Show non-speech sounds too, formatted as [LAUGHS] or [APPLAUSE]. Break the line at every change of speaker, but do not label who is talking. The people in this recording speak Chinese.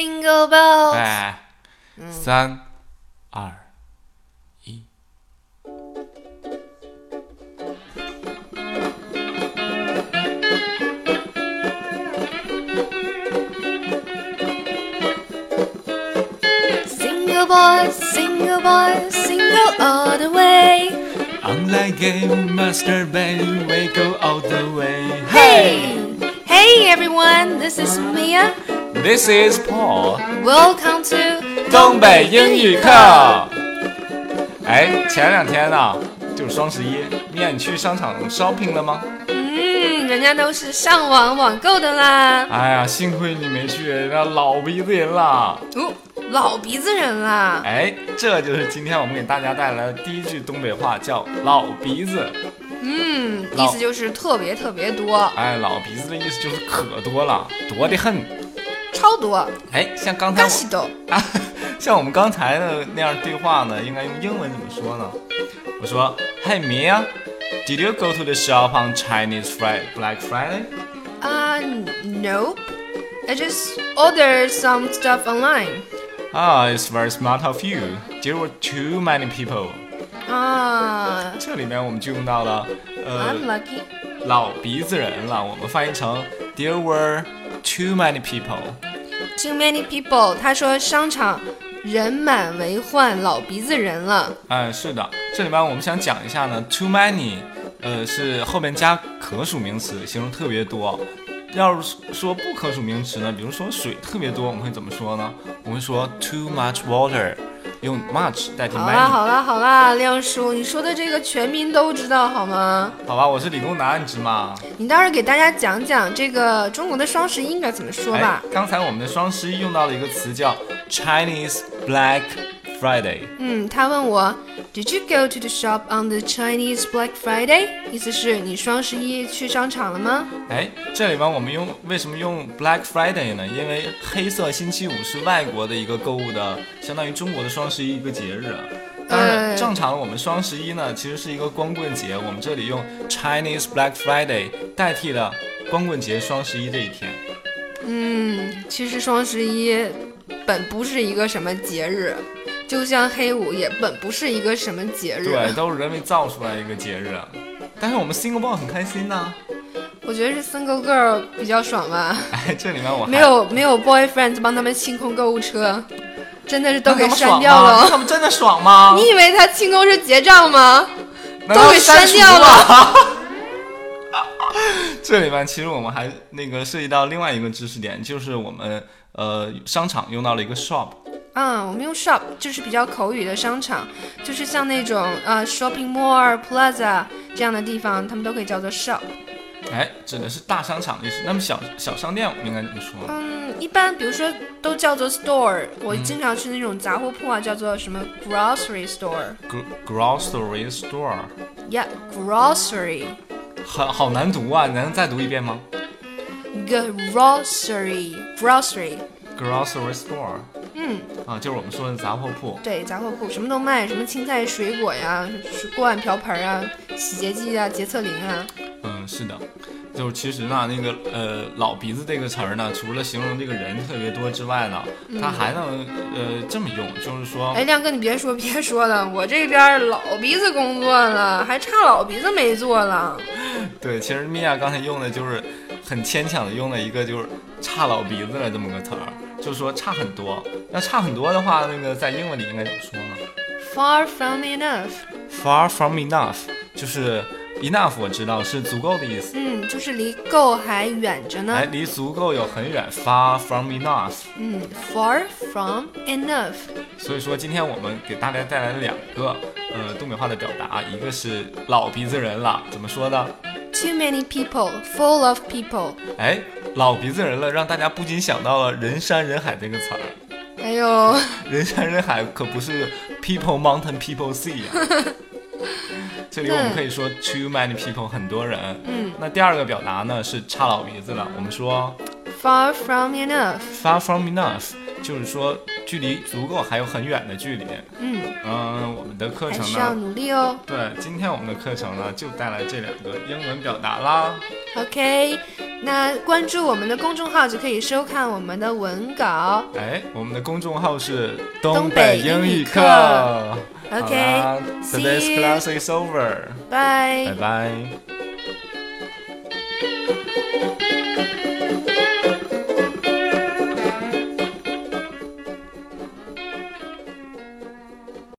Jingle bells，、
哎，三、二、一，
Single boys, single boys, single all the way.
Online game master band, we go all the way.
Hey, hey everyone, this is Mia.
this is Paul.
Welcome to
东北英语课。哎，前两天呢、就是双十一，米娅，你去商场 shopping 了吗？
嗯，mm, 人家都是上网网购的啦。
哎呀，幸亏你没去，人家老鼻子人了。
哦，老鼻子人啦。
哎，这就是今天我们给大家带来的第一句东北话，叫老鼻子。
嗯，意
老
思就是特别特别多，
哎，老鼻子的意思就是可多了，多得很。
超多，
哎，像刚
嘎
才我
西多。
啊， [LAUGHS] 像我们刚才的那样对话呢，应该用英文怎么说呢？我说，Hey Mia，Did you go to the shop on Chinese Friday Black Friday？
Uh, nope. I just ordered some stuff online.
Ah, it's very smart of you. There were too many people.
啊、
这里面我们就用到了，呃
Ah, I'm lucky.
老鼻子人了。我们翻译成 There were too many people。
Too many people，他说商场人满为患，老鼻子人了。
嗯，是的，这里面我们想讲一下呢，too many，呃，是后面加可数名词，形容特别多。要是说不可数名词呢，比如说水特别多，我们会怎么说呢？我们会说 too much water，用 much 代替
好啦
many。
好啦好啦，亮叔，你说的这个全民都知道好吗？
好吧，我是理工男，你知吗？
你倒是给大家讲讲这个中国的双十一应该怎么说吧
哎。，刚才我们的双十一用到了一个词叫 Chinese Black Friday。
嗯，他问我，Did you go to the shop on the Chinese Black Friday？意思是你双十一去商场了吗？
哎，这里面我们用为什么用 Black Friday 呢？因为黑色星期五是外国的一个购物的，相当于中国的双十一一个节日啊。当
呃
然，正常我们双十一呢其实是一个光棍节，我们这里用 Chinese Black Friday 代替了光棍节双十一这一天。
嗯，其实双十一本不是一个什么节日，就像黑五也本不是一个什么节日。
对，都是人为造出来一个节日啊。但是我们 Single Ball 很开心呐、
我觉得是 single girl 比较爽吧，
哎，这里面我还
没有没有 boyfriend 帮他们清空购物车，真的是都
那
给
他们
删
爽
掉
吗？
了。
他们真的爽
[LAUGHS]
吗？
你以为他清空是结账吗？
难道
都给删掉了
删除
[LAUGHS]
啊。这里面其实我们还那个涉及到另外一个知识点，就是我们呃商场用到了一个 shop，
嗯，我们用 shop 就是比较口语的商场，就是像那种呃 shopping mall、plaza 这样的地方，他们都可以叫做 shop。
哎，指的是大商场的意思。那么小小商店我们应该怎么说？
嗯，一般比如说都叫做 store，我经常去那种杂货铺啊，叫做什么 grocery store。
Gro- grocery store，
Yeah，grocery。
好好难读啊！你能再读一遍吗
grocery grocery，
？grocery store
嗯，
啊，就是我们说的杂货铺。
对，杂货铺什么都卖，什么青菜、水果呀，是锅碗瓢盆啊，洗洁剂啊，洁厕灵啊。
嗯，是的，就是其实呢，那个呃“老鼻子”这个词儿呢，除了形容这个人特别多之外呢，它还能呃这么用，就是说
哎，亮哥，你别说别说了，我这边老鼻子工作了，还差老鼻子没做了。
对，其实米娅刚才用的就是很牵强的用了一个就是“差老鼻子了”这么个词儿，就说差很多。那差很多的话，那个在英文里应该怎么说呢
Far from enough，
？Far from enough，就是 enough，我知道是足够的意思。
嗯，就是离够还远着呢
哎，。离足够有很远，far from enough。
嗯，far from enough，
所以说，今天我们给大家带来了两个呃东北话的表达，一个是老鼻子人了，怎么说呢？
too many people，full of people。
哎，老鼻子人了，让大家不禁想到了“人山人海”这个词儿。
哎呦，
人山人海可不是 people mountain people sea
[LAUGHS]
啊。这里我们可以说 too many people 很多人。
嗯
那第二个表达呢是差老鼻子了，我们说
，far from enough，
far from enough，就是说距离足够还有很远的距离。
嗯，
嗯，我们的课
还
程
需要
呢，
努力哦。
对，今天我们的课程呢就带来这两个英文表达啦。
Okay, 那关注我们的公众号就可以收看我们的文稿。
哎，我们的公众号是
东
北
北
英
英
语
语
课
课。
好啦
OK，see
today's
you
class is over，
拜
拜。拜。